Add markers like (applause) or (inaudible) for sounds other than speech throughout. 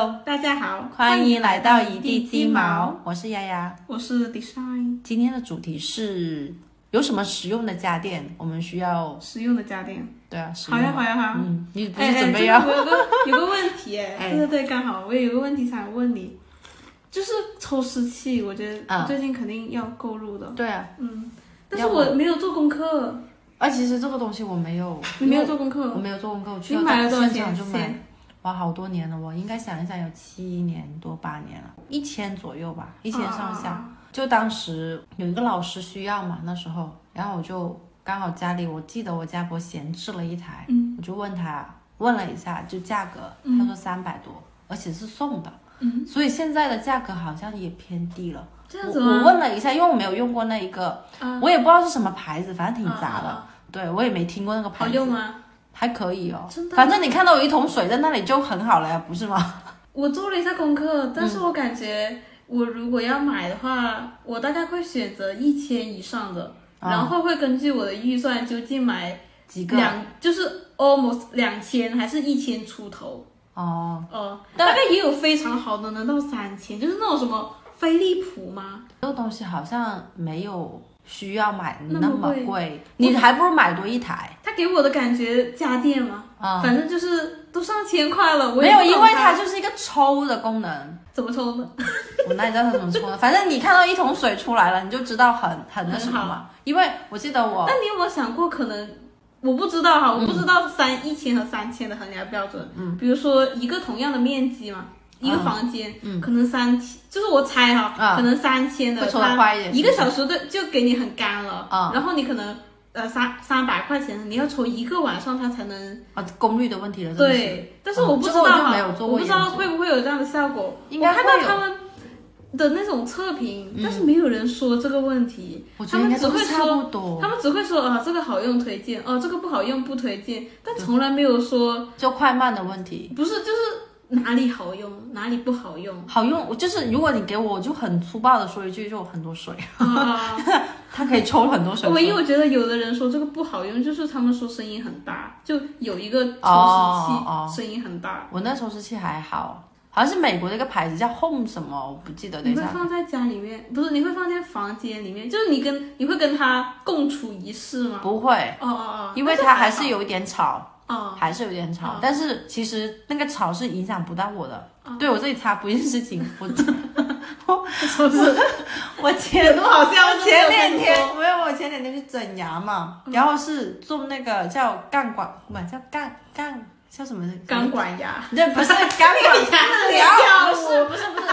Hello，大家好，欢迎来到一地鸡毛，，我是丫丫。我是 Design 今天的主题是有什么实用的家电我们需要？实用的家电。对啊，实好用。呀好呀好呀。嗯，啊你不哎是哎准备这要？个我有个有个问题哎，哎对对对，刚好我也有个问题想问你，就是抽湿器，我觉得嗯最近肯定要购入的，对啊，嗯，但是要我没有做功课，啊，其实这个东西我没有，你没有做功课，我没有做功课，我去你买了多少现场钱？就买。先哇，好多年了哦，我应该想一想，有七年多八年了，一千左右吧，一千上下。啊就当时有一个老师需要嘛，那时候，然后我就刚好家里，我记得我家婆闲置了一台，嗯我就问他问了一下，就价格，嗯他说三百多，而且是送的，嗯，所以现在的价格好像也偏低了。这样我子我吗？问了一下，因为我没有用过那一个，啊我也不知道是什么牌子，反正挺杂的，啊对我也没听过那个好牌子，用哦吗？还可以哦真，的反正你看到有一桶水在那里就很好了呀，不是吗？我做了一下功嗯课，但是我感觉我如果要买的话，我大概会选择一千以上的，啊然后会根据我的预算究竟买几个两，就是 almost 两千还是一千出头，哦，呃，大概也有非常好的能到三千，就是那种什么飞利浦吗？这个东西好像没有需要买那那么么贵贵，你还不如买多一台它给我的感觉家电嘛，啊。反正就是都上千块了，我没也有，不懂因为它就是一个抽的 (laughs) 功能，怎么抽呢？我哪里知道它怎么抽的？反正你看到一桶水出来了，你就知道很很那很什么嘛。因为我记得我嗯那你有没有想过，可能我不知道哈，我不知道三一千和三千的衡量标准。嗯，比如说一个同样的面积嘛，一个房间，嗯，可能三千，就是我猜哈，啊可能三千的会抽它的快一点一个小时的就给你很干了，啊然后你可能呃三三百块钱，你要抽一个晚上它才能啊功率的问题了，真的是哦对，但是我不知道这个我就哈没有，做我过不知道研究会不会有这样的效果。应该我会看有到他们的那种测评，但是没有人说这个问题，我觉他得应们该只都会差说不多，他们只会说啊这个好用推荐，哦这个不好用不推荐，但从来没有说就快慢的问题。不是就是哪里好用哪里不好用好用，我就是如果你给我，我就很粗暴的说一句，就有很多水，啊。 (laughs) 它可以抽很多水出来。唯一我觉得有的人说这个不好用，就是他们说声音很大，就有一个抽湿器、哦哦声音很大，我那抽湿器还好，好像是美国的一个牌子叫 Home 什么，我不记得。等你一会下，放在家里面，不是你会放在房间里面，就是你跟你会跟他共处一室 (laughs) 吗？不会，哦哦哦，因为那就它还好是有一点吵，哦还是有点哦哦吵。但是其实那个吵是影响不到我的。对我这里插播一件事情， (laughs) 我抽湿我有前多好笑，我前两天没有，我前两天去整牙嘛，然后是做那个叫干管，不叫干干叫什么？钢管牙，这不是干管 (laughs) 治疗，牙不是不是不是。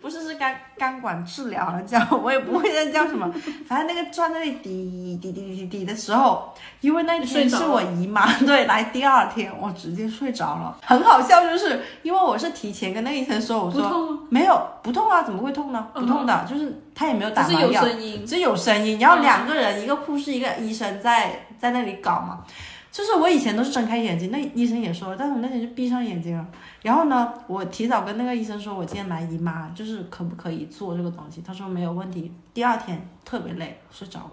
不是是干干管治疗了叫，我也不会那叫什么，反正那个转那里滴滴滴滴滴的时候，因为那你睡天着是我姨妈对来第二天，我直接睡着了，很好笑，就是因为我是提前跟那个医生说，我不说痛吗？没有不痛啊，怎么会痛呢？不痛的，就是他也没有打只嗯麻是有药，声音。就有声音，然后两个人，一个护士，一个医生在在那里搞嘛。就是我以前都是睁开眼睛，那医生也说了，但是我那天就闭上眼睛了。然后呢，我提早跟那个医生说，我今天来姨妈，就是可不可以做这个东西？他说没有问题。第二天特别累，睡着了。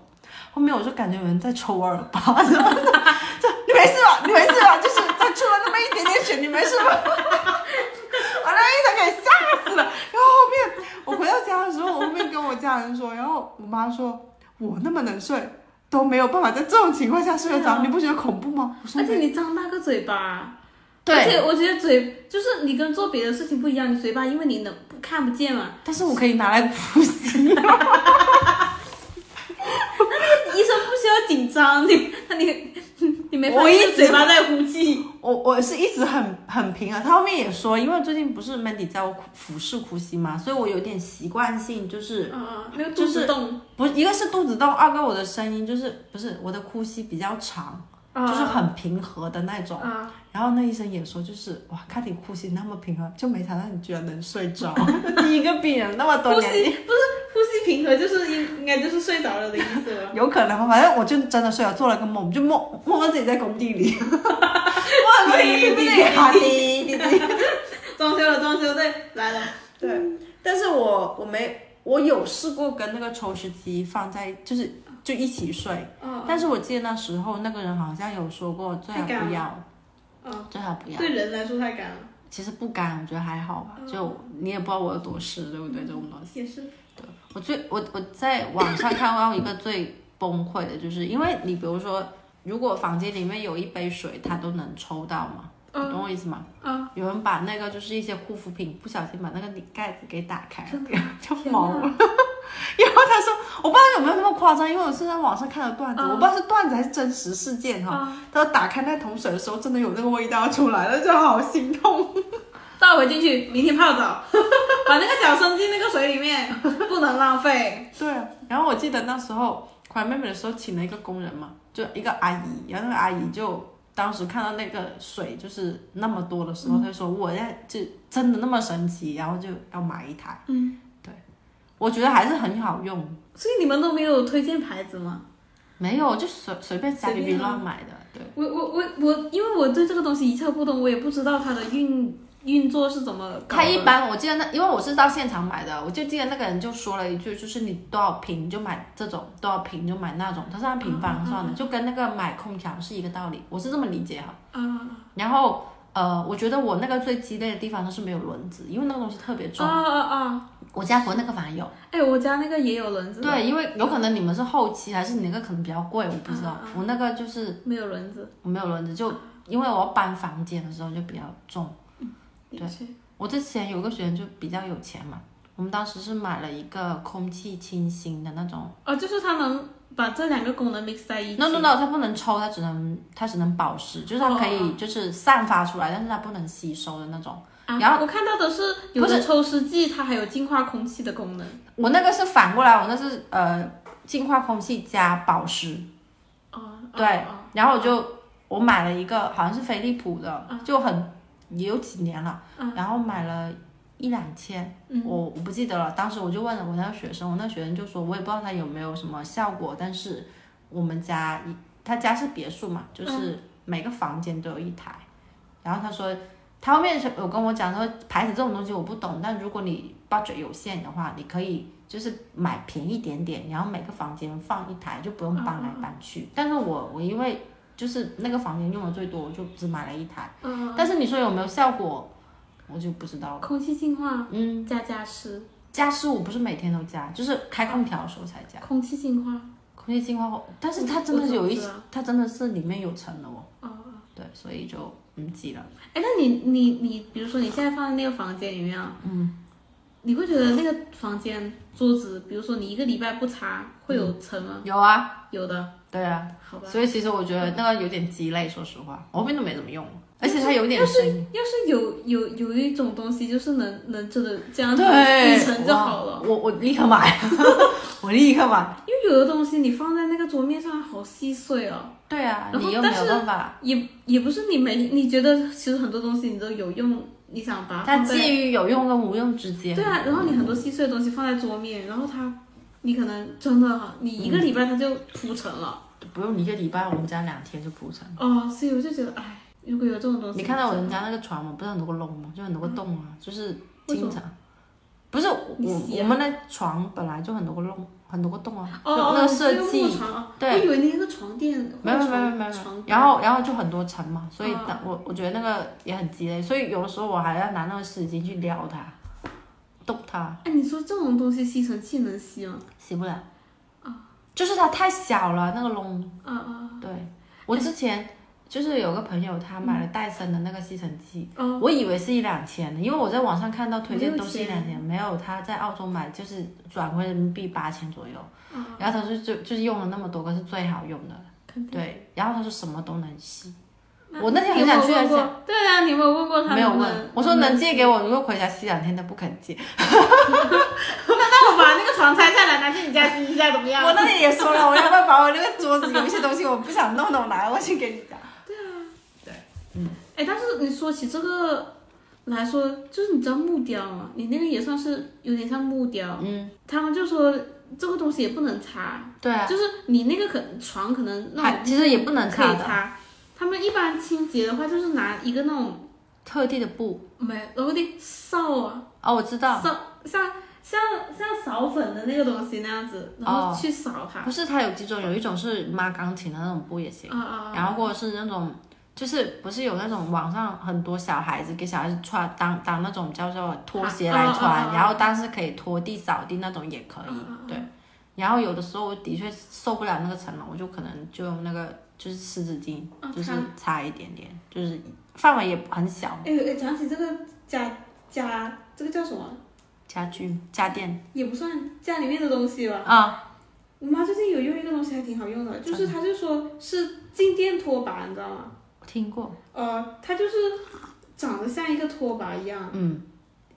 后面我就感觉有人在抽我耳巴，就你没事吧？你没事吧？就是他出了那么一点点血，你没事吧？ (laughs) 我那个医生给吓死了。然后后面我回到家的时候，我后面跟我家人说，然后我妈说，我那么能睡，都没有办法在这种情况下睡得对着，啊你不觉得恐怖吗？我说而且你张大个嘴巴，而对，且我觉得嘴就是你跟做别的事情不一样，你嘴巴因为你能不看不 (laughs) 见嘛，但是我可以拿来补习。医生不需要紧张，你 (laughs) 那你你没发我一现直嘴巴在呼气， (laughs) 我我是一直很很平啊，他后面也说，因为最近不是 Mandy 教我腹式呼吸嘛，所以我有点习惯性就是嗯嗯，那个肚就子动，不是一个是肚子痛，二个我的声音就是不是我的呼吸比较长，就是很平和的那种。啊，然后那医生也说，就是哇，看你呼吸那么平和，就没想到你居然能 (laughs) 睡着。第一个病人那么多呼吸年，不是呼吸平和，就是应应该就是睡着了的意 (laughs) 思吧？有可能吧，反正我就真的睡了，做了个梦，就梦梦到自己在工地里，哇，啊对滴滴滴哈滴滴滴。 (laughs) 装修了，装修对，来了，对，但是我我没我有试过跟那个抽湿机放在就是就一起睡。嗯但是我记得那时候那个人好像有说过，最好太干不要，嗯，最好不要。对人来说太干了，其实不干，我觉得还好嗯吧，就你也不知道我有多湿，对不对？这种东西。也是，对我最我我在网上看到一个最崩溃的，就是因为你比如说，如果房间里面有一杯水，它都能抽到嘛，你懂我意思吗？嗯，有人把那个就是一些护肤品不小心把那个盖子给打开了真， (laughs) 就天毛哪了。 (laughs) 然后他说，我不知道有没有那么夸张，因为我是在网上看的段子，嗯我不知道是段子还是真实事件哈。啊，他说打开那桶水的时候，真的有那个味道出来了，就好心痛。倒回进去，明天泡澡， (laughs) 把那个脚伸进那个水里面， (laughs) 不能浪费。对啊，然后我记得那时候款妹妹的时候，请了一个工人嘛，就一个阿姨，然后那个阿姨就当时看到那个水就是那么多的时嗯候，她就说我要就真的那么神奇，然后就要买一台。嗯，对，我觉得还是很好用，所以你们都没有推荐牌子吗？没有就随随便瞎随逼便逼啊乱买的，对。我我我我，因为我对这个东西一窍不通，我也不知道它的运运作是怎么呃搞他一的。般我记得那，因为我是到现场买的，我就记得那个人就说了一句，就是你多少瓶就买这种，多少瓶就买那种，他是按平嗯方算的，就跟那个买空调是一个道理，我是这么理解哈。啊然后呃，我觉得我那个最鸡肋的地方它是没有轮子，因为那个东西特别啊重。啊我家国内那个反而有，啊！哎，我家那个也有轮子，对，因为有可能你们是后期，还是你那个可能比较贵，我不知道。嗯我那个就是没有轮子，我没有轮子，就因为我要搬房间的时候就比较重。的确。我之前有个学员就比较有钱嘛，我们当时是买了一个空气清新的那种哦，就是它能把这两个功能 mix 在一起。 ，no no no，它不能抽，它只能它只能保湿，就是它可哦以就是散发出来，但是它不能吸收的那种。啊，然我看到的是有的抽湿剂，它还有净化空气的功能。我那个是反过来，我那是呃净化空气加保湿，哦，对哦然后我就我买了一个好像是飞利浦的，嗯就很也有几年了，然后买了一两千，我我不记得了。当时我就问了我那个学生，我那学生就说，我也不知道它有没有什么效果，但是我们家一他家是别墅嘛，就是每个房间都有一台，然后他说。他后面是有跟我讲说，牌子这种东西我不懂，但如果你 budget 有限的话，你可以就是买便宜一点点，然后每个房间放一台，就不用搬来搬去。但是我我因为就是那个房间用的最多，我就只买了一台。嗯，但是你说有没有效果，我就不知道了。哦空气净化嗯，加加湿，加湿我不是每天都加，就是开空调的时候才加。空气净化。空气净化后，但是它真的是有我一怎么知道，它真的是里面有尘的哦。哦。对，所以就嗯记了。哎，那你你你，比如说你现在放在那个房间里面啊，嗯，你会觉得那个房间桌子，比如说你一个礼拜不擦，会有尘吗？有啊，有的，对啊。嗯好吧。所以其实我觉得那个有点鸡肋，说实话，我后面都没怎么用，而且它有点要深。嗯是要是有有有一种东西，就是能能真的这样子对，吸尘就好了，我我立刻买， (laughs) 我立刻买。因为有的东西你放在那个桌面上好细碎哦，对啊，然后你又没有办法。啊也也不是你没你觉得其实很多东西你都有用，你想把它它放在介于有用跟无用之间。对啊，然后你很嗯多细碎的东西放在桌面，然后它你可能真的哈，你一个嗯礼拜它就铺陈了。不用一个礼拜，我们家两天就铺成。哦，所以我就觉得，哎，如果有这种东西，嗯你看到我们家那个床吗？不是很多个窿吗？就很多个洞啊，就是经常。不是我你我洗啊我们的床本来就很多个窿，很多个洞啊，哦，就哦那个设那计木床哦对我以为那个床垫，没有没有没床有没有没有床，垫然后然后就很多层嘛，所以嗯当我我觉得那个也很鸡肋，所以有的时候我还要拿那个湿巾去撩它，动它，哎，你说这种东西吸尘器能吸吗？洗不了，就是它太小了那个窿，啊啊对我之前就是有个朋友他买了戴森的那个吸尘器，哦，我以为是一两千的，因为我在网上看到推荐都是一没有两千，没有他在澳洲买就是转回人民币八千左右，哦然后他说就就是用了那么多个是最好用的，肯定。对，然后他说什么都能吸。那我那天你有很没想有去问过，对啊，你有没有问过他嗯没有能不问能？，我说能能借给我，如果回家吸两天，他不肯借。不能，那 (laughs) 那我把那个床拆下来拿去你家吸一下怎么样？我那天也说了，我要不要把我那个桌子有一些东西我不想弄的，我拿过去给你讲。哎，但是你说起这个来说，就是你知道木雕吗？你那个也算是有点像木雕，嗯，他们就说这个东西也不能擦，对啊，就是你那个可床可能那还种其实也不能可擦以的，擦，他们一般清洁的话就是拿一个那种特地的布。没有的扫啊，哦，我知道，扫像像像扫粉的那个东西那样子，然哦后去扫它。不是它有几种，有一种是抹钢琴的那种布也行，啊啊啊！然后或者是那种就是不是有那种网上很多小孩子给小孩子穿当当那种叫做拖鞋来啊穿，啊啊然后但是可以拖地扫地那种也可以，啊啊啊对。然后有的时候我的确受不了那个尘螨，我就可能就用那个就是湿纸巾，啊就是擦擦一点点，就是范围也很小，哎哎，讲起这个家家这个叫什么，家具家电也不算家里面的东西吧。啊，我妈最近有用一个东西还挺好用的，就是她就说是静电拖把，你知道吗？我听过，呃，它就是长得像一个拖把一样，嗯，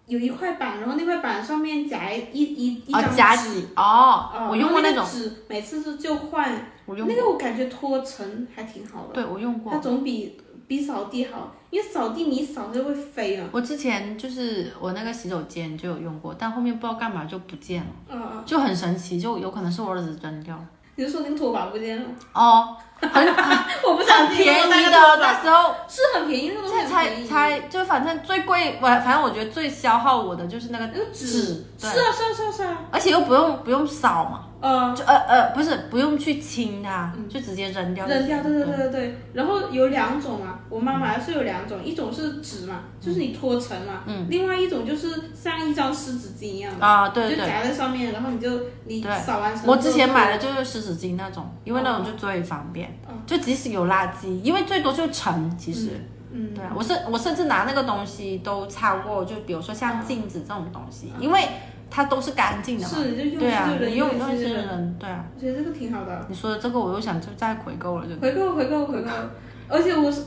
有一块板，然后那块板上面夹一一一哦张夹纸。几哦，呃我用过然那后种，个纸，每次就就换我用那过，个，我感觉拖尘还挺好的，对我用过它。总比比扫地好，因为扫地你一扫它就会飞了。我之前就是我那个洗手间就有用过，但后面不知道干嘛就不见了，嗯、嗯，就很神奇，就有可能是我儿子扔掉了你就说那个拖把不 (laughs) 见了，哦，很我不想很听便宜那的，个拖把那时候是很便宜，那个东西这很才便宜。才就反正最贵，我反正我觉得最消耗我的就是那个那个纸纸，是对，啊是啊是啊是啊，而且又不用不用扫嘛，呃，就呃呃不是不用去清它，就直接扔掉就行，扔嗯掉，嗯对对对对对。然后有两种嘛，我妈妈是有两种，一种是纸嘛，就是你脱层嘛，嗯，另外一种就是像一张湿纸巾一样的，啊对就对对。夹在上面，然后你就你对扫完尘，我之前买的就是湿纸巾那种，因为嗯那种就最方便，就即使有垃圾，因为最多就尘，其实。嗯，对啊，我甚我甚至拿那个东西都擦过，就比如说像镜子这种东西，因为它嗯都是干净的嘛。是你就用对啊一次，就你扔用一用次就是扔人，对啊。我觉得这个挺好的，你说的这个，我又想就再回购了，就 (laughs) 回购回购回购，而且我是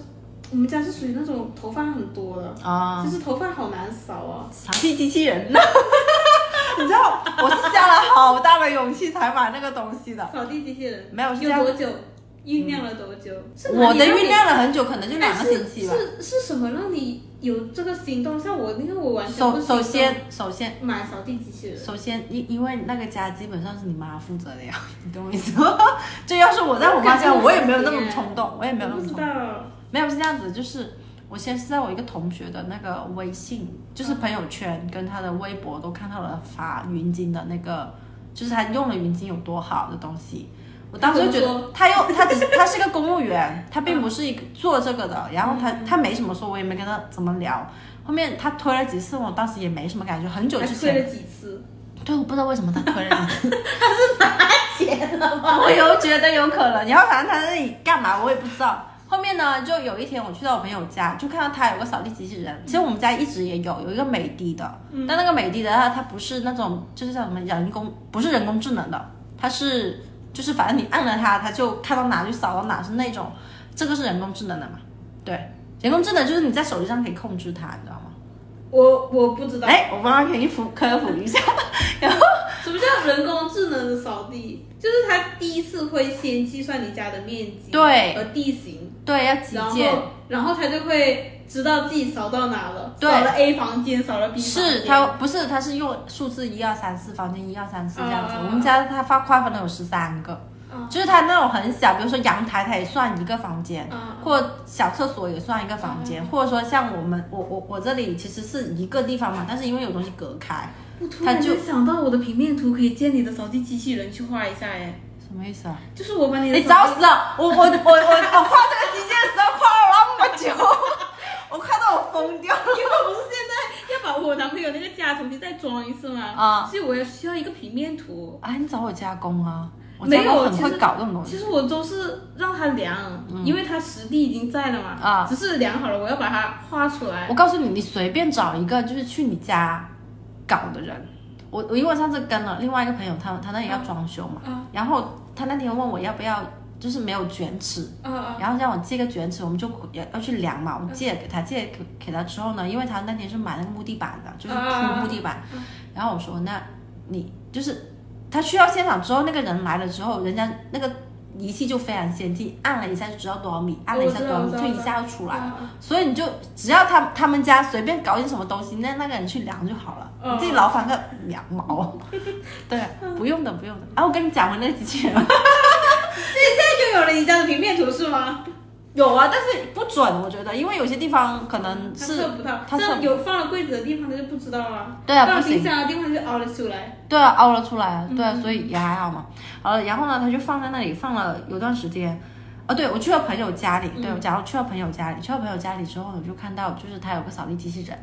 我们家是属于那种头发很多的，啊，就是头发好难扫啊，傻逼机器人 (laughs) 呐！你知道我是下了好大的勇气才买那个东西的，扫地机器人没有是这有样，嗯多久？酝酿了多久？是哪我里的让你酝酿了很久，可能就哎两个星期吧。是是是什么让你有这个行动？像我，因为我完全不首行动首先首先买扫地机器人，首先，因因为那个家基本上是你妈负责的呀， (laughs) 你懂我意思吗？ (laughs) 就要是我在我妈家，我也没有那么冲动，我也没有我那不么知冲动。道。没有是这样子，就是我先是在我一个同学的那个微信，就是朋友圈跟他的微博都看到了发云巾的那个，就是他用了云巾有多好的东西。我当时就觉怎么得他用他只是他是个公务员，他并不是一个做这个的，然后嗯他他没什么说，我也没跟他怎么聊。后面他推了几次，我当时也没什么感觉，很久还之推前。了几 (laughs) 次，对，我不知道为什么他推了你，他是拿钱了吧？我有觉得有可能，然后反正他在那里干嘛我也不知道。后面呢，就有一天我去到我朋友家，就看到他有个扫地机器人。其实我们家一直也有有一个美的的，但那个美的的它它不是那种就是叫什么人工，不是人工智能的，它是就是反正你按了它，它就看到哪就扫到哪是那种。这个是人工智能的嘛？对，人工智能就是你在手机上可以控制它，你知道吗？我我不知道哎，我妈妈给你普科普一下。什么叫人工智能的扫地，就是它第一次会先计算你家的面积对和地形，对，要极然简。后然后它就会知道自己扫到哪了，对扫了 A 房间，扫了 B 房间，是它不是它是用数字一二三四，房间一二三四这样子。嗯嗯嗯我们家它发快分的有十三个，嗯就是它那种很小，比如说阳台它也算一个房间，啊或小厕所也算一个房间，嗯或者说像我们我我我这里其实是一个地方嘛，但是因为有东西隔开，我突然它就间想到，我的平面图可以借你的扫地机器人去画一下，哎，什么意思啊？就是我把你的你扫地找死了！我我我我我我画这个机械的时候画了那么久， (laughs) 我看到我疯掉了。因为我不是现 (laughs) 在要把我男朋友那个家重新再装一次嘛，啊所以我也需要一个平面图。啊，你找我加工啊！我没加工有很其会实搞这种东西。其实我都是让它量，因为它实地已经在了嘛，嗯啊哦只是量好了，我要把它画出来我。告诉你，你随便找一个就是去你家搞的人。我我因为我上次跟了另外一个朋友，他他那里要装修嘛，啊然后他那天问我要不要，就是没有卷尺，啊啊！然后让我借个卷尺，我们就要要去量嘛。嗯我借给他，借给给他之后呢，因为他那天是买那个木地板的，就是啊铺木地板，然后我说那你就是他去到现场之后，那个人来了之后，人家那个仪器就非常先进，按了一下就知道多少米，按了一下多少哦米，我知道就我知道一下就出来了。了。所以你就只要他他们家随便搞点什么东西，那那个人去量就好了，嗯你自己劳烦个羊毛。 (laughs) 对，不用的，不用的。啊，我跟你讲回那个机器人，现在就有了你家的平面图是吗？有啊，但是不准，我觉得，因为有些地方可能它是测不到，它测像有放了柜子的地方，它就不知道了。 (laughs) 对啊放了不行冰箱的地方它就凹了出来。对啊凹了出来，对啊，所以也还好嘛。好了，然后呢，他就放在那里放了有段时间，哦，对，我去到朋友家里，对我假如去到朋友家里，去到朋友家里之后呢，我就看到就是他有个扫地机器人，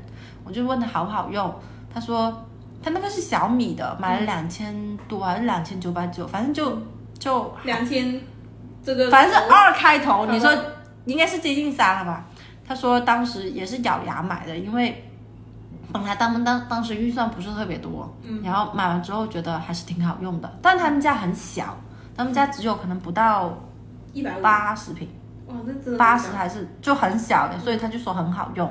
我就问他好不好用，他说他那个是小米的，买了两千多还是两千九百九，反正就就两千，这个哦反正是头二开头，好吧你说应该是接近三了吧？他说当时也是咬牙买的，因为本来他们当当时预算不是特别多，嗯，然后买完之后觉得还是挺好用的，但他们家很小，他们家只有可能不到一百五，八十平，哇，那真的八十还是就很小的，所以他就说很好用。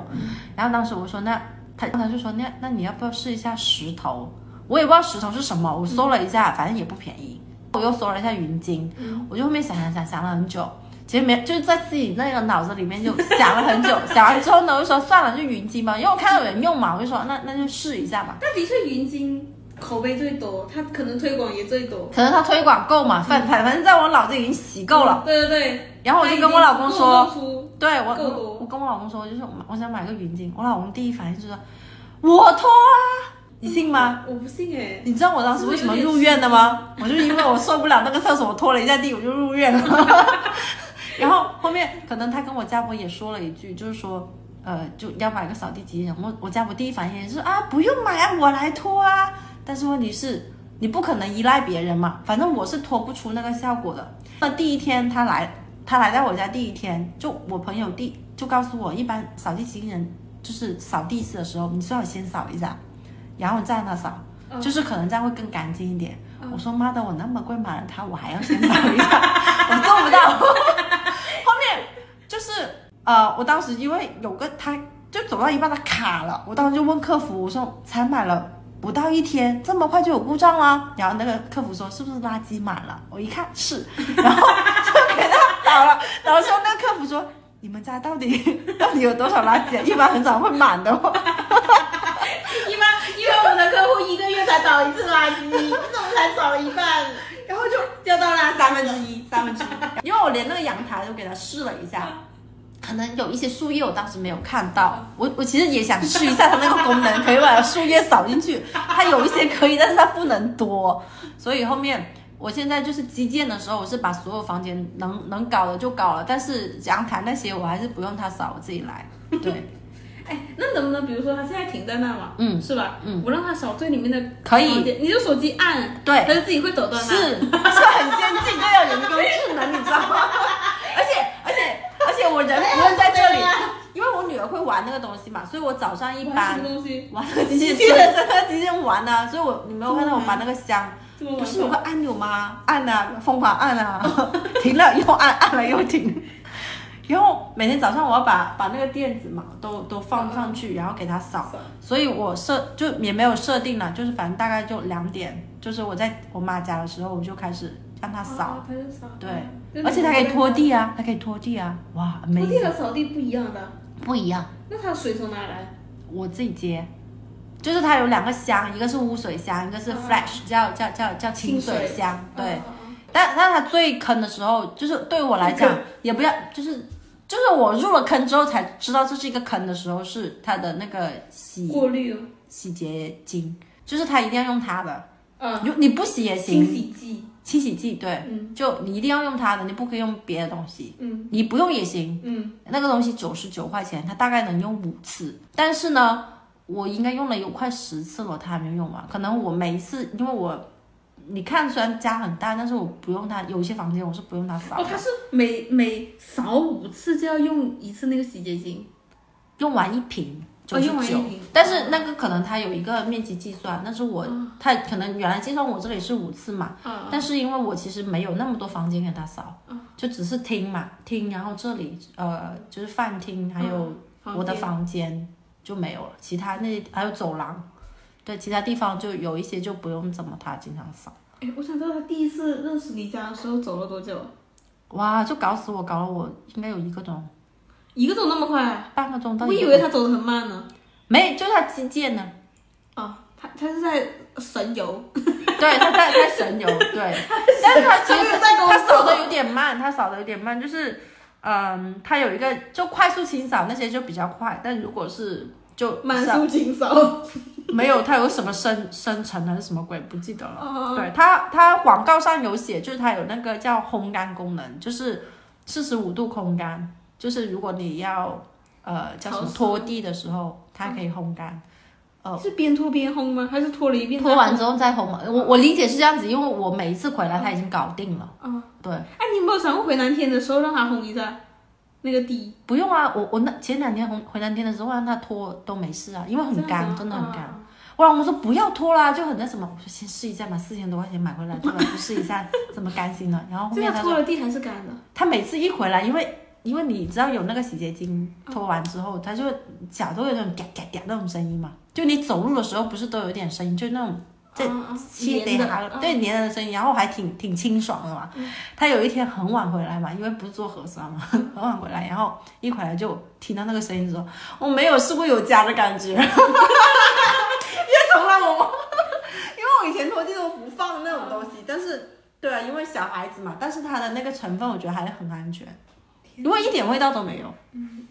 然后当时我说那他他就说那那你要不要试一下石头？我也不知道石头是什么，我搜了一下，反正也不便宜。我又搜了一下云鲸，我就后面想想想想了很久，其实没就是在自己那个脑子里面就想了很久。想完之后呢，我就说算了，就云鲸吧，因为我看到有人用嘛，我就说那那就试一下吧。但的确云鲸口碑最多，它可能推广也最多，可能他推广够嘛，反反反正在我脑子已经洗够了。嗯。对对对，然后我就跟我老公它说，已经够露出，对我够多我我跟我老公说，就是我买我想买个云鲸，我老公第一反应就是我脱啊，你信吗？我不信哎、你知道我当时为什么入院的吗？我就是因为我受不了那个厕所，我拖了一下地，我就入院 (laughs) 了。然后后面可能他跟我家婆也说了一句，就是说，呃，就要买个扫地机器人。我我家婆第一反应也是啊，不用买啊，我来拖啊。但是问题是，你不可能依赖别人嘛，反正我是拖不出那个效果的。那第一天他来，他来到我家第一天，就我朋友第就告诉我，一般扫地机器人就是扫地次的时候，你最好先扫一下，然后你再让它扫。嗯就是可能这样会更干净一点。嗯我说妈的，我那么贵买了它，我还要先扫 (laughs) 一下，我做不到。 (laughs) 后面就是呃，我当时因为有个它就走到一半它卡了，我当时就问客服，我说才买了不到一天，这么快就有故障了？然后那个客服说是不是垃圾满了？我一看 (laughs) 是，然后就给他倒了。然后说那个客服说。你们家到底 (laughs) 到底有多少垃圾啊？一般很少会满的哦。一般一般我的客户一个月才倒一次垃圾，这种才少了一半，然后就就到垃圾三分之一，三分之 (laughs) 一，因嗯为我连那个阳台都给它试了一下，可能有一些树叶我当时没有看到，我我其实也想试一下它那个功能，可以把树叶扫进去，它有一些可以，但是它不能多，所以后面。我现在就是基建的时候，我是把所有房间能能搞的就搞了，但是阳台那些我还是不用它扫，我自己来。对，哎，那能不能比如说它现在停在那嘛，嗯是吧？嗯，我让它扫最里面的，可以，，你就手机按，对它，就自己会啊走到是那。 (laughs) 是很先进，这叫人工智能，你知道吗？ (laughs) 而且而且而且我人不用在这对里，呀因为我女儿会玩那个东西嘛，啊所以我早上一玩般什么东西？玩那个机器人，在那个机器人玩呢、所以我你没有看到我真的吗把那个箱，这么玩不法是有个按钮吗？按啊，疯狂按啊， (laughs) 停了又按，按了又停。 (laughs) 然后每天早上我要把把那个垫子嘛都都放上去，然后给它扫扫。所以我设就也没有设定了，就是反正大概就两点，就是我在我妈家的时候，我就开始让它扫。啊，它嗯就扫。对就而且它可以拖拖地啊，它可以拖地啊，哇，没地和扫地不一样的，不一样。那它水从哪来？我自己接，就是它有两个箱，一个是污水箱，一个是嗯 flash，、叫叫叫叫清清水水箱。对，啊，但但它最坑的时候，就是对我来讲坑，也不要就是。就是我入了坑之后才知道这是一个坑的时候，是它的那个洗过滤，洗洁精，就是它一定要用它的，嗯，你你不洗也清行，洗剂，清洗剂对，嗯就你一定要用它的，你不可以用别的东西，嗯你不用也行，嗯，那个东西九十九块钱，它大概能用五次，但是呢，我应该用了有快十次了，它还没有用完。可能我每一次，因为我你看虽然家很大，但是我不用它，有一些房间我是不用它扫哦，的，它是每每扫五次就要用一次那个洗洁精，用完一瓶九哦，十用完一九。瓶，但是那个可能它有一个面积计算，但是我嗯它可能原来计算我这里是五次嘛，啊，但是因为我其实没有那么多房间给它扫，嗯就只是厅嘛厅，然后这里呃就是饭厅还有嗯房我的间房间就没有了，其他那还有走廊，对，其他地方就有一些就不用怎么他经常扫。哎，我想知道他第一次认识你家的时候走了多久？哇，就搞死我，搞了我应该有一个钟，一个走那么快？半个钟到哎我一以个为钟他走得很慢呢。没，就是他基建呢，哦，他他是在神游，对他在在神 (laughs) 游，对，但是他其他没实有在跟我他扫走。的有点慢，他扫的有点慢，就是嗯，他有一个就快速清扫那些就比较快，但如果是就满扫速清扫。没有他有什么深深层还是什么鬼不记得了。哦，对它，它广告上有写，就是它有那个叫烘干功能，就是四十五度烘干，就是如果你要呃叫什么潮湿拖地的时候，它可以烘干。哦是边拖边烘吗？还是拖了一遍再拖完之后再烘嘛，我我理解是这样子，因为我每一次回来它已经搞定了。嗯，对，哎，你有没有想过回南天的时候让它烘一下那个底？不用啊，我我那前两天回回南天的时候让它拖都没事啊，因为很干，真的啊很干。干。我老公说不要拖啦，就很那什么，我说先试一下嘛，四千多块钱买回来，对吧？不试一下 (laughs) 怎么甘心呢？然后后这面样哦他拖说，了地还是干的。他每次一回来，因为因为你知道有那个洗洁精拖完之后，他就脚都有那种嘎嘎嘎那种声音嘛，就你走路的时候不是都有点声音，就那种这啊啊切黏得的哈，啊嗯对黏人的声音，然后还挺挺清爽的嘛。他有一天很晚回来嘛，因为不是做核酸嘛，很晚回来，然后一回来就听到那个声音的时候，我没有试过有家的感觉，因 (laughs) 为从来我， (laughs) 因为我以前拖地都不放那种东西，但是对啊，因为小孩子嘛，但是它的那个成分我觉得还很安全，因为一点味道都没有。嗯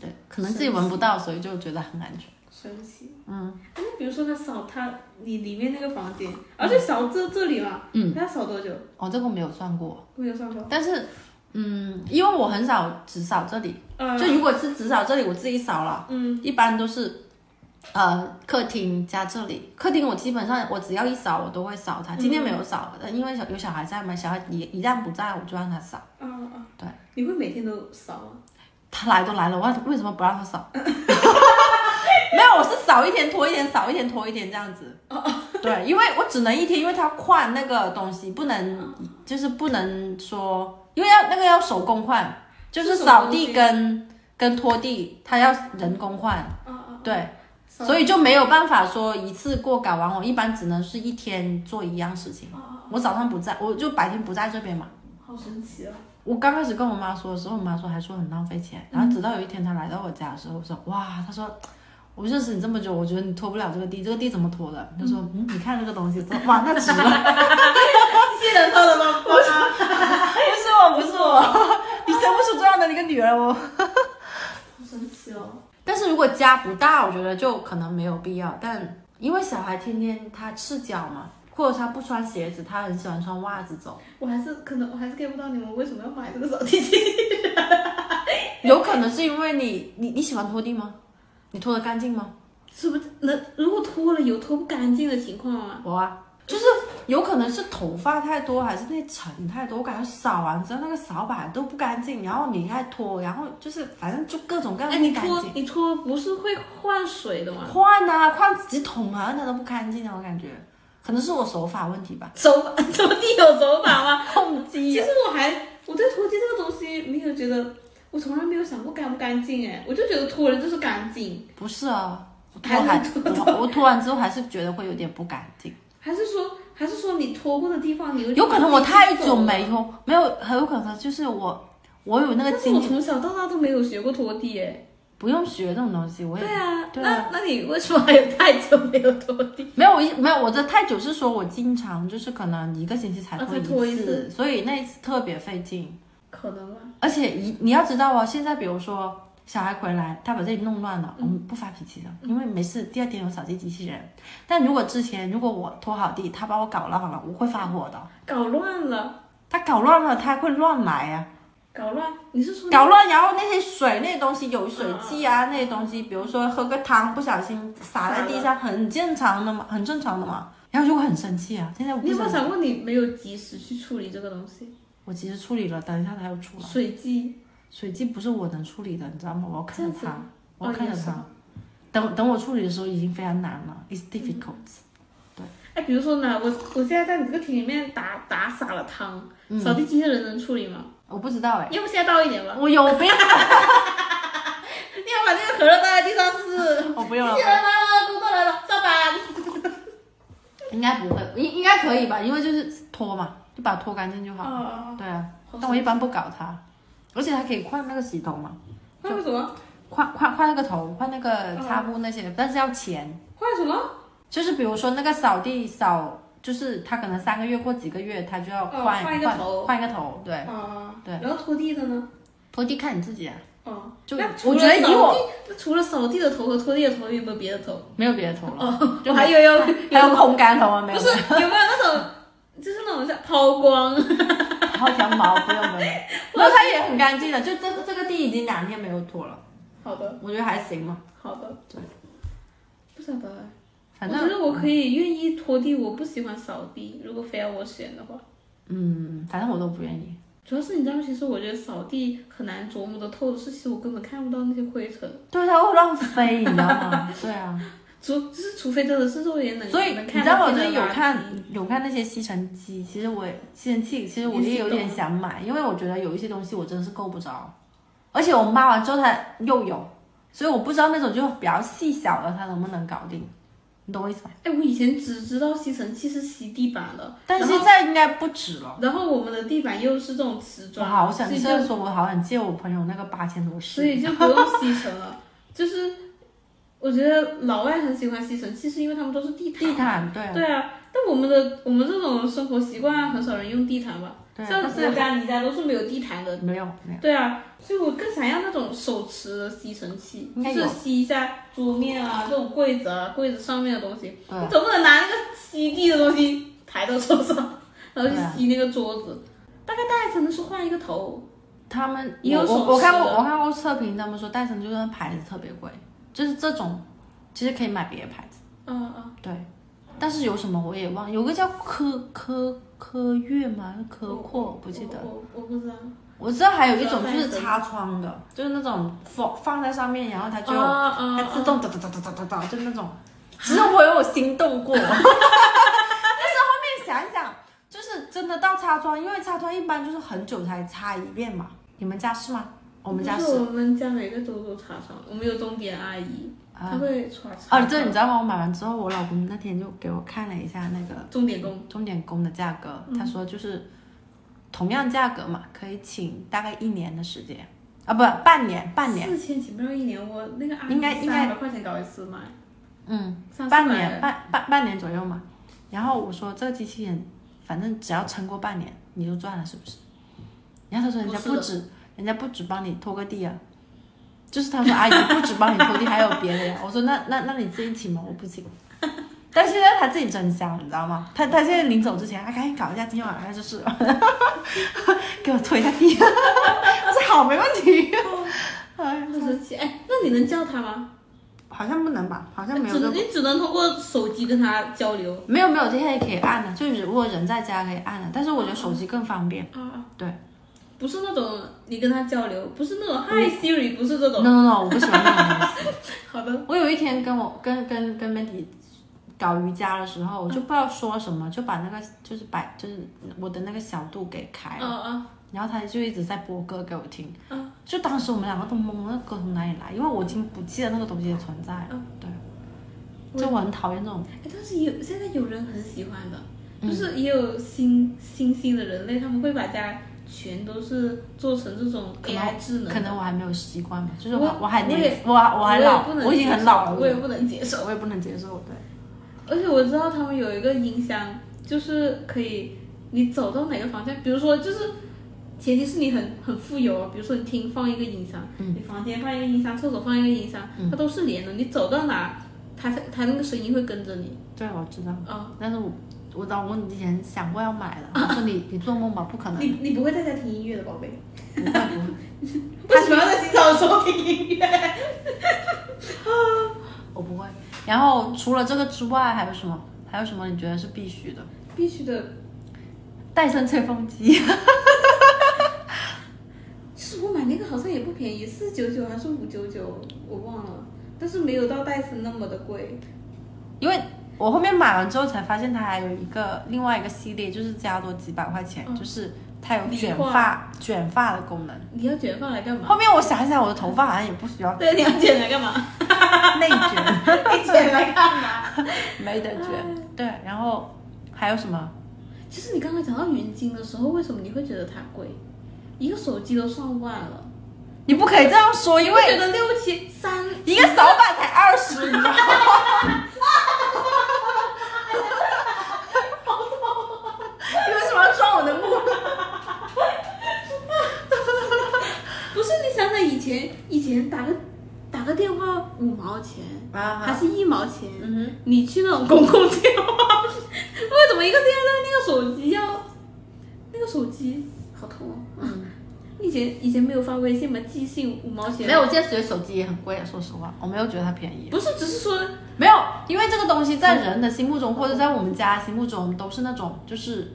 对，可能自己闻不到，所以就觉得很安全。神奇。嗯。那比如说他扫他你里面那个房间，而嗯且扫这这里嘛，嗯，他扫多久？哦，这个我没有算过，我没有算过。但是嗯，因为我很少只扫这里，呃，就如果是只扫这里，我自己扫了，嗯，一般都是。呃，客厅加这里，客厅我基本上我只要一扫我都会扫它。今天没有扫，呃因为小有小孩在嘛，小孩一一旦不在我就让他扫。啊啊，对，你会每天都扫吗？他来都来了，我为什么不让他扫？ (laughs) 没有，我是扫一天拖一天，扫一天拖一天这样子。对，因为我只能一天，因为他换那个东西，不能就是不能说，因为要那个要手工换，就是是手工扫地跟跟拖地，他要人工换。啊啊，对，扫所以就没有办法说一次过搞完，我一般只能是一天做一样事情。我早上不在，我就白天不在这边嘛。好神奇 (laughs) 哦！我刚开始跟我妈说的时候，我妈说还说很浪费钱，然后直到有一天她来到我家的时候，我说哇，她说我认识你这么久，我觉得你拖不了这个地，这个地怎么拖的？她说嗯，你看这个东西，哇，那值了，是人偷的吗？不是，哎不是我，不是我，你生不出这样的一个女儿，我。好神奇哦！ (laughs) 但是如果家不大，我觉得就可能没有必要，但因为小孩天天他赤脚嘛，或者他不穿鞋子，他很喜欢穿袜子走。我还是可能我还是 get 不到你们为什么要买这个扫地机。有可能是因为你你你喜欢拖地吗？你拖得干净吗？是不是能如果脱了有脱不干净的情况吗？我啊，就是有可能是头发太多，还是那尘太多，我感觉扫完之后那个扫把都不干净，然后你还拖，然后就是反正就各种各样哎，的你不干脱净。你脱不是会换水的吗？换啊，换几桶啊，它都不干净啊，我感觉可能是我手法问题吧。手把拖地有手把吗？控其机实我还我对拖地这个东西没有觉得，我从来没有想过干不干净哎，我就觉得脱了就是干净，不是啊，我拖还是还我我拖完之后还是觉得会有点不干净，还是说还是说你拖过的地方你有有可能我太久久没。没拖，没有，很有可能就是我我有那个但是经我历，从小到大都没有学过拖地哎。不用学这种东西，我也对啊，对啊那那你为什么还有太久没有拖地？没有，我一没有我的太久是说我经常就是可能一个星期才啊拖才拖一次，所以那一次特别费劲。可能啊，而且一你要知道哦，现在比如说小孩回来，他把这里弄乱了，嗯我们不发脾气的，因为没事。第二天有扫地机器人。但如果之前如果我拖好地，他把我搞乱了，我会发火的。搞乱了，他搞乱了，他会乱来啊，搞乱，你是说搞乱。然后那些水那些东西有水迹啊，那些东西，比如说喝个汤不小心洒在地上，很正常的嘛，很正常的嘛。然后就会很生气啊。现在我不你有没想有想过你没有及时去处理这个东西？我其实处理了，等一下它又出来。水机水迹不是我能处理的，你知道吗？哦我要看着这样它，我要看着也是它。 (laughs) 等等我处理的时候已经非常难了，it's difficult。哎，比如说呢，我我现在在你这个厅里面打打洒了汤，扫地机器人能处理吗？嗯我不知道哎、要不现在倒一点吧， (laughs) 我有我不要， (laughs) 你要把这个可乐倒在地上是。我不用机了器，人啊，工作来了，上班。 (laughs) 应该不会，应应该可以吧？因为就是拖嘛，就把它拖干净就好。啊，对啊，好但我一般不搞它，而且还可以换那个洗头嘛，换个什么？换换换那个头，换那个擦布那些，但是要钱。换什么？就是比如说那个扫地扫，就是他可能三个月或几个月，他就要哦换、换一个头换一个头，对。啊，对然后拖地的呢？拖地看你自己啊，哦，就那我觉得以我那除了扫地的头和拖地的头，有没有别的头？没有别 (laughs) 的头了，哦，就我还有有还有烘干头啊，没不有是有没有那种就是那种像抛光？然后条毛，不 (laughs) 用不用，然后它也很干净的，就这个这个地已经两天没有拖了，好的，我觉得还行嘛，好的，对，不晓得哎，反我觉正得我可以愿意拖地，我不喜欢扫地。如果非要我选的话，嗯，反正我都不愿意。主要是你知道，其实我觉得扫地很难琢磨得透的是，其实我根本看不到那些灰尘，对，啊它会乱飞，你知道吗？ (laughs) 对啊，除就是除非真的是肉眼能所以能你看知道到我自最己近的有垃圾看有看那些吸尘机，其实我吸尘器其实我也有点想买，因为我觉得有一些东西我真的是够不着，而且我妈完之后她又有，所以我不知道那种就比较细小的它能不能搞定，你懂我意思吗？哎，我以前只知道吸尘器是吸地板的，但然现在应该不止了。后然后我们的地板又是这种瓷我砖，好所想，你以这就样说，我好想借我朋友那个八千多所试。以就不用吸尘了。就是我觉得老外很喜欢吸尘器，是因为他们都是地地毯，对对啊，但我们的我们这种生活习惯啊很少人用地毯吧？对，啊像但我是家、你家都是没有地毯的。没有没有，对啊，所以我更想要那种手持的吸尘器，应该就有是吸一下桌面啊，这种柜子啊，柜子上面的东西。对你总不能拿那个吸地的东西抬到手 (laughs) 上，然后去对啊啊吸那个桌子。大概大概只能是换一个头，他们也有我手我我看持过的我看过测评，他们说戴森就是那牌子特别贵，就是这种其实可以买别的牌子，嗯嗯，对，但是有什么我也忘，有个叫科科科悦吗？是科呃阔不记得，我我我不知道。我知道还有一种就我知道戴是森擦窗的，就是那种放放在上面，然后它就啊它啊自动哒哒哒哒哒哒哒，就那种。 (laughs) 只是我有心动 (laughs) 过，但是后面想一想，就是真的到擦窗，因为擦窗一般就是很久才擦一遍嘛。你们家是吗？我们家不是。我们家每个周都擦窗，我们有钟点阿姨，啊她会刷哦，擦这你知道吗？我买完之后，我老公那天就给我看了一下那个钟点工，钟点工的价格，他说就是同样价格嘛，可以请大概一年的时间啊，不，半年，半年，四千起不到一年，我那个阿姨应该应该三百块钱搞一次买，嗯，三四半百年，半半半年左右嘛。然后我说这个机器人，反正只要撑过半年，你就赚了，是不是？然后他说人家不不止，人家不止帮你拖个地啊，就是他说阿姨不止帮你拖地，还有别的呀。我说那那那你自己请吗？我不请。但现在他自己真香，你知道吗？他他现在临走之前，他赶紧搞一下，今天晚上就是 (laughs) 给我拖一下地。 (laughs) 我说好，没问题。哎呀好，神奇！哎，那你能叫她吗？好像不能吧？好像没有只这个能你只能通过手机跟她交流。没有没有，这些也可以按的，就是如果人在家可以按的，但是我觉得手机更方便。啊，对不是那种你跟她交流，不是那种 Hi Siri，不是这，no 种。嗯 no no，我不喜欢 (laughs) 那种东西。好的，我有一天跟我跟跟跟 Mandy 搞瑜伽的时候，我就不知道说什么，就把那个就是摆就是我的那个小度给开了，嗯嗯，然后他就一直在播歌给我听嗯，就当时我们两个都懵了，那歌从哪里来？因为我已经不记得那个东西的存在了。嗯对，就我很讨厌这种，哎，但是有现在有人很喜欢的，嗯就是也有新新兴的人类，他们会把家全都是做成这种可能 AI 智能的。可能我还没有习惯吧，就是我我我还我也年我还我还也老不，能我已经接很受老了，我也不能接受。我也不能接受，对。而且我知道他们有一个音箱，就是可以你走到哪个方向，比如说就是前提是你很很富有啊，比如说你厅放一个音箱，你房间放一个音箱，厕所放一个音箱，它都是连的，你走到哪，它才它那个声音会跟着你。对，我知道，啊、但是我我老公之前想过要买的，我说你你做梦吧，不可能，你你不会在家听音乐的，宝贝。不会不会，为什么要在洗澡的时候听音乐？我不会。然后除了这个之外，还有什么？还有什么你觉得是必须的？必须的。戴森吹风机，其实我买那个好像也不便宜，四九九还是五九九，我忘了，但是没有到戴森那么的贵。因为我后面买完之后才发现它还有一个另外一个系列，就是加多几百块钱，就是它有理卷发发卷发的功能。你要卷发来干嘛？后面我想一想，我的头发好像也不需要 (laughs) 对，你要剪来干 (laughs) 嘛？内卷，你剪来干嘛？没得卷。对，然后还有什么？其实你刚才讲到云鲸的时候，为什么你会觉得它贵？一个手机都上万了，你不可以这样说，因我为觉得六千三，一个扫把才二十，你知道吗？ (laughs) 你为什么要撞我的木？不是你想想以前以前打个打个电话五毛钱，啊还是一毛钱，嗯你去那种公共电话，为什么一个现在那个手机要那个手机好痛哦。嗯以前以前没有发微信嘛，寄信五毛钱没，有，我现在觉得手机也很贵，说实话，我没有觉得它便宜。不是只是说没有，因为这个东西在人的心目中，或者在我们家心目中，都是那种就是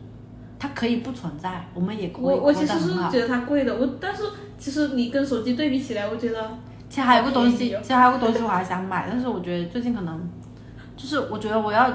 它可以不存在，我们也可以我我活其得实是很好。觉得它贵的，我但是其实你跟手机对比起来，我觉得其实还有个东便宜哦西，其实还有个东西我还想买，但是我觉得最近可能就是我觉得我要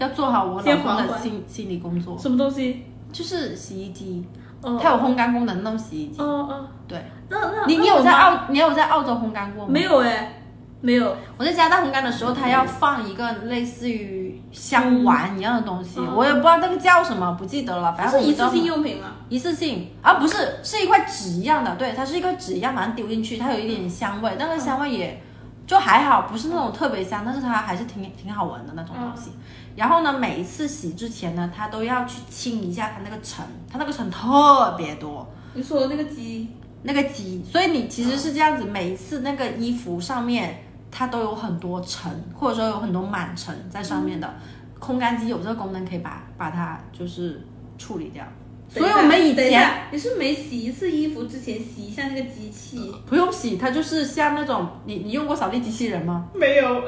要做好我老先公缓的缓心心理工作，什么东西就是洗衣机，哦它有烘干功能的那种洗衣机。哦哦，对，那那你那你我有在妈澳你有在澳洲烘干过吗？没有哎，没有我在加拿大烘干的时候，它要放一个类似于香丸一样的东西，嗯我也不知道那个叫什么，不记得了。它反正是我一们知次道性用品嘛，一次性啊，不是，是一块纸一样的，对，它是一块纸一样，把它丢进去，它有一点香味，但那个香味也就还好，不是那种特别香，但是它还是挺挺好闻的那种东西。嗯然后呢，每一次洗之前呢，它都要去清一下它那个尘，它那个尘特别多。你说那个鸡那个鸡，所以你其实是这样子，每一次那个衣服上面它都有很多尘，或者说有很多螨尘在上面的。嗯烘干机有这个功能，可以把把它就是处理掉。所以我们以等一前下，你是每洗一次衣服之前洗一下那个机器？不用洗，它就是像那种你你用过扫地机器人吗？没有， (laughs)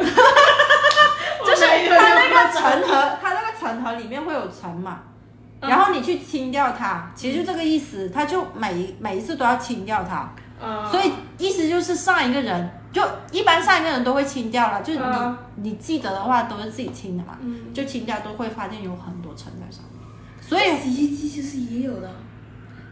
就就是它那个尘盒，它那个尘盒里面会有尘嘛，嗯然后你去清掉它，其实就这个意思，它就每一每一次都要清掉它。啊，所以意思就是上一个人，就一般上一个人都会清掉了，就是你、嗯你记得的话都是自己清的嘛，嗯，就清掉都会发现有很多尘在上面。所以洗衣机其实也有的，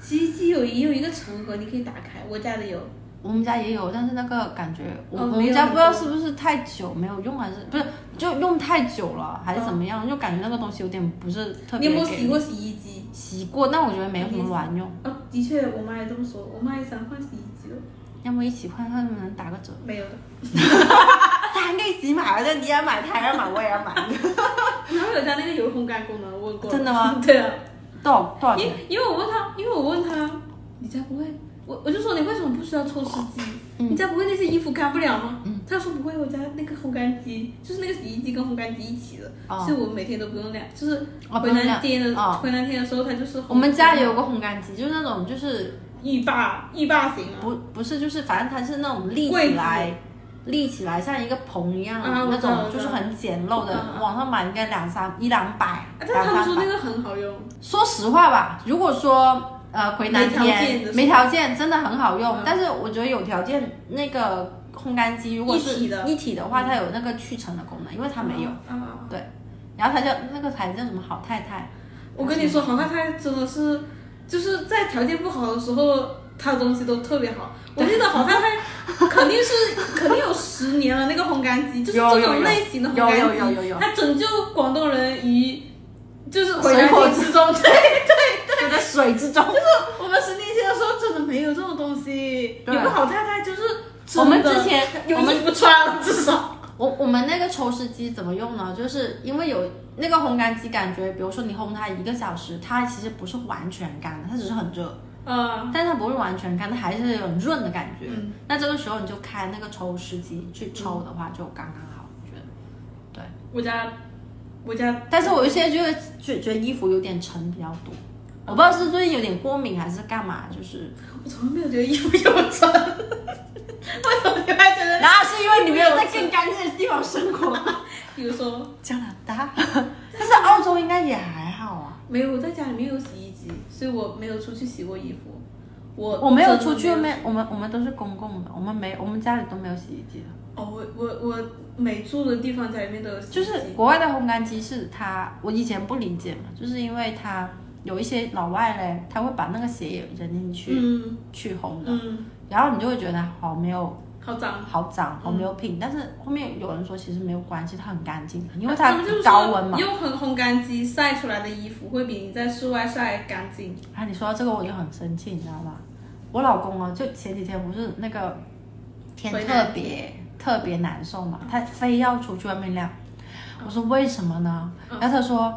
洗衣机有也有一个成盒，你可以打开，我家的有。我们家也有，但是那个感觉我、哦我没们有家很不知道多是不是太久没有用，还是不是就用太久了，还是怎么样，就感觉那个东西有点不是特你别有给没有力。洗过洗衣机？洗过，但我觉得没有什么卵用，啊，的确，我妈也这么说，我妈也想换洗衣机了，要么一起看看能不能打个折。没 (laughs) 有的，咱可以一起买，而且你也买，他也买，我也 (laughs) 要买，然后有家那个有烘干功能，我问过。真的 (laughs) 吗？对啊，多少多 (laughs) 少因钱？因为我问他，因为我问他，你家不会，我我就说你为什么不需要抽湿机？嗯你家不会那些衣服干不了吗？嗯他说不会，我家那个烘干机就是那个洗衣机跟烘干机一起的，哦所以我每天都不用晾。就是哦不回用南晾天的、哦回南天的时候，它就是我们家里里有个烘干机，就是那种就是浴霸浴霸型啊，不不是就是反正它是那种立柜起子来，立起来像一个棚一样、啊我那知道种，我知就道是很简陋的，嗯嗯网上买应该两三一两百，啊但两他们三说百。那个很好用，说实话吧，如果说呃回南没条件的时天候没条件真的很好用，嗯但是我觉得有条件那个烘干机如果是一体的一体的话，它有那个去尘的功能，因为它没有。啊啊。啊然后它叫那个牌子叫什么好太 (laughs) 太，我跟你说，好太太真的是，就是在条件不好的时候，她的东西都特别好。我记得好太太肯定是肯定有十年了，那个烘干机就是有这有有种类型的烘有干机，有有有有它拯救广东人于就是回水火南之中。 (laughs) 对，就在水之中。我们十年前的时候真的没有这种东西，有对个好太太就是我们真的之前 (laughs) 有我们衣服穿了，至少我我们那个抽湿机怎么用呢？就是因为有那个烘干机，感觉比如说你烘它一个小时，它其实不是完全干的，它只是很热，啊。但它不会完全干，它还是有很润的感觉。嗯那这个时候你就开那个抽湿机去抽的话，就刚刚好，我觉得。我家我家，但是我现在觉得觉觉得衣服有点沉比较多，我不知道是最近有点过敏还是干嘛，就是，我从来没有觉得衣服有穿， (laughs) 为什么你还觉得？然后是因为你没有在更干净的地方生活，比如说。 (laughs) 加拿大， (laughs) 但是澳洲应该也还好啊。没有，我在家里面有洗衣机，所以我没有出去洗过衣服。我我没有真的出去，没没我们我们都是公共的，我们没我们家里都没有洗衣机的。哦，我我我每住的地方家里面都有洗衣机，就是国外的烘干机是它，我以前不理解嘛，就是因为它有一些老外嘞，他会把那个鞋也扔进去、嗯去烘的，嗯，然后你就会觉得好没有好脏。好脏，好嗯没有品。但是后面有人说其实没有关系，它很干净，因为他它们就是高温嘛说，。用烘烘干机晒出来的衣服会比你在室外晒干净。啊，你说到这个我就很生气，你知道吗？我老公啊，就前几天不是那个天回特别特别难受嘛，他非要出去外面晾。我说为什么呢？然后他说，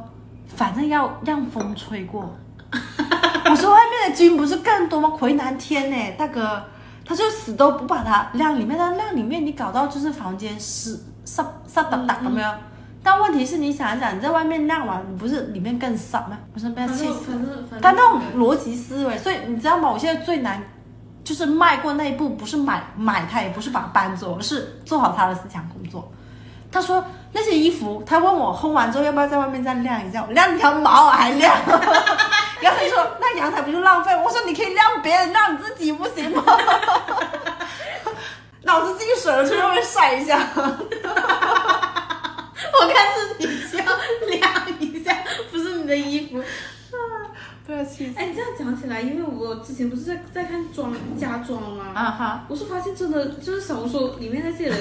反正要让风吹过。我说外面的菌不是更多吗？回南天呢、大哥，他就死都嗯不把它晾里面，但晾里面你搞到就是房间湿湿湿哒哒，有没有？但问题是你想一想，你在外面晾完，你不是里面更散吗？我真被反他气正死。反正反正他那种逻辑思维，所以你知道吗？我现在最难就是迈过那一步，不是买买它，也不是把它搬走，而是做好他的思想工作。他说那些衣服，他问我烘完之后要不要在外面再晾一下，我晾条毛啊还晾。 (laughs) 然后他说那阳台不就浪费？我说你可以晾别人，晾你自己不行吗？ (laughs) 脑子进水了，去外面晒一下。 (laughs) 我看是你需要晾一下，不是你的衣服。 (laughs) 不要气死！哎，你这样讲起来，因为我之前不是在在看妆家装吗？啊哈，我是发现真的就是小红书里面那些人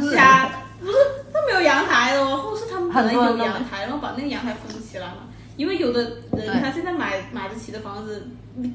的 (laughs) 家，不是他没有阳台的哦，或者是他们本来很多人有都阳台，然后把那个阳台封起来嘛。因为有的对人他现在买买得起的房子，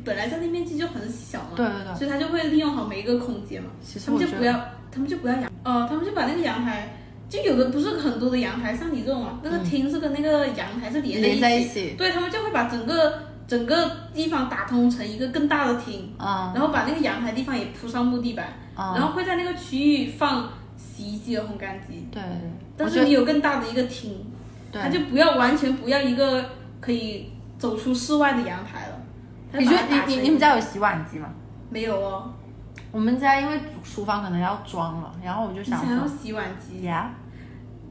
本来占地面积就很小嘛，对对对所以他就会利用好每一个空间嘛。其实他们我就觉不得，要，他们就不要阳，呃，他们就把那个阳台，就有的不是很多的阳台，像你这种啊，那个厅是跟那个阳台是连嗯连在一一起对他们就会把整个整个地方打通成一个更大的厅，啊然后把那个阳台地方也铺上木地板，然啊，后会在那个区域放洗衣机和烘干机，对，但我是觉你得有更大的一个厅，对他。就不要完全不要一个可以走出室外的阳台了。它就你觉把得它你打你成你们家有洗碗机吗？没有哦？我们家因为厨房可能要装了，然后我就你想想要说，洗碗机？呀，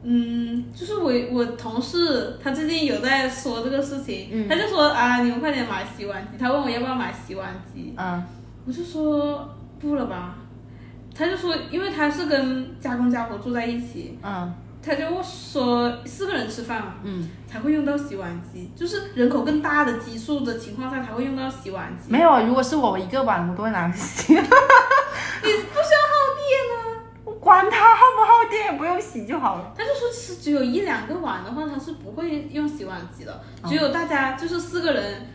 嗯，就是我我同事他最近有在说这个事情，嗯他就说啊，你们快点买洗碗机。他问我要不要买洗碗机，嗯我就说不了吧。他就说，因为他是跟家公家婆住在一起，嗯他就说四个人吃饭嘛，嗯，才会用到洗碗机，就是人口更大的基数的情况下才会用到洗碗机。没有，啊如果是我，我一个碗我都会拿去洗， (laughs) 你不需要耗电啊。我管它耗不耗电，不用洗就好了。他就说，其实只有一两个碗的话，他是不会用洗碗机的。哦只有大家就是四个人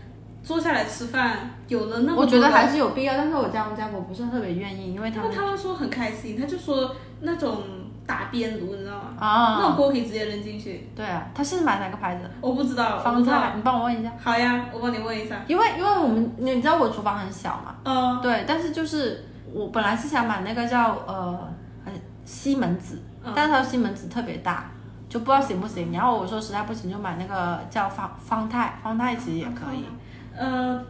坐下来吃饭，有了那么多我觉得的还是有必要，但是我家我家我不是特别愿意，因为因他为们他们说很开心，他就说那种打边炉，你知道吗？那种啊，锅可以直接扔进去。对啊，他是买哪个牌子？我不知道，我方不知道。太，你帮我问一下，好呀，我帮你问一下。因为因为我们你知道我厨房很小嘛，呃，对，但是就是我本来是想买那个叫呃呃西门子，嗯但是它西门子特别大，就不知道行不行。然后我说实在不行就买那个叫方方太，方太其实也可以。呃，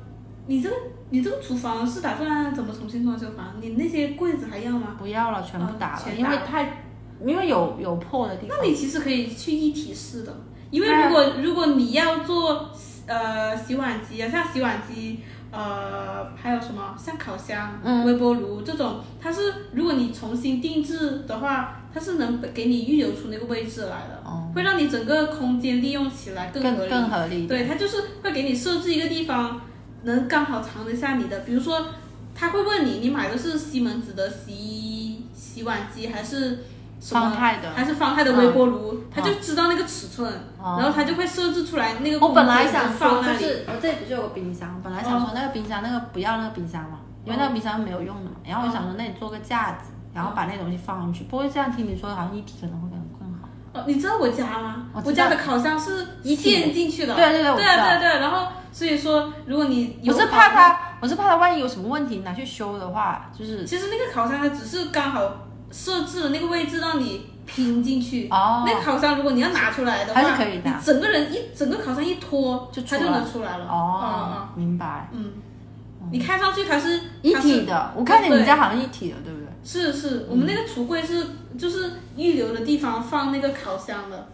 你这个你这个厨房是打算怎么重新装修房？你那些柜子还要吗？不要了，全部嗯打了，全因为打太因为有有破的地方那。你其实可以去一体式的，因为如果、如果你要做呃洗碗机啊，像洗碗机。呃，还有什么像烤箱、嗯微波炉这种，它是如果你重新定制的话，它是能给你预留出那个位置来的，哦，会让你整个空间利用起来更更合理。更合理。对，它就是会给你设置一个地方，能刚好藏得下你的。比如说，他会问你，你买的是西门子的洗衣洗碗机还是什方么？太的。还是方太的微波炉，他就知道那个尺寸，然哦，后他就会设置出来那个我空本来间想说放就那里。嗯是哦我这里不是有个冰箱，本来想说那个冰箱那个不要那个冰箱嘛，因为那个冰箱没有用的嘛。然后我想说那里做个架子，然嗯后把那东西放上去。不过这样听你说好像一体可能会更更好。哦，你知道我家吗？我知道我家的烤箱是一体的嵌进去的。对对对，我对知道。啊对对，然后所以说，如果你有我是烤怕箱它，我是怕它万一有什么问题拿去修的话，就是其实那个烤箱它只是刚好设置了那个位置让你拼进去。哦，那个烤箱如果你要拿出来的话，还是可以的你整个人一整个烤箱一拖，就出它来就能出来了。哦，明白，嗯，嗯嗯你看上去它是一它是体的。我看你们家好像一体的，对不对？是是，我们嗯那个橱柜是就是预留的地方放那个烤箱的，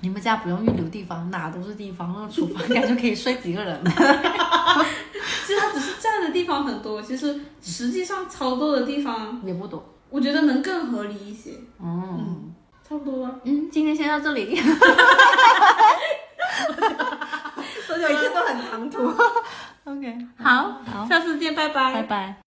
你们家不用预留地方，哪都是地方，那个厨房感觉可以睡几个人。其实它只是占的地方很多，其实实际上操作的地方， (laughs) 也不多。我觉得能更合理一些，嗯差不多吧。嗯，今天先到这里。 (laughs) 每次都很唐突。OK，好， (laughs) 好，下次见，拜拜拜拜。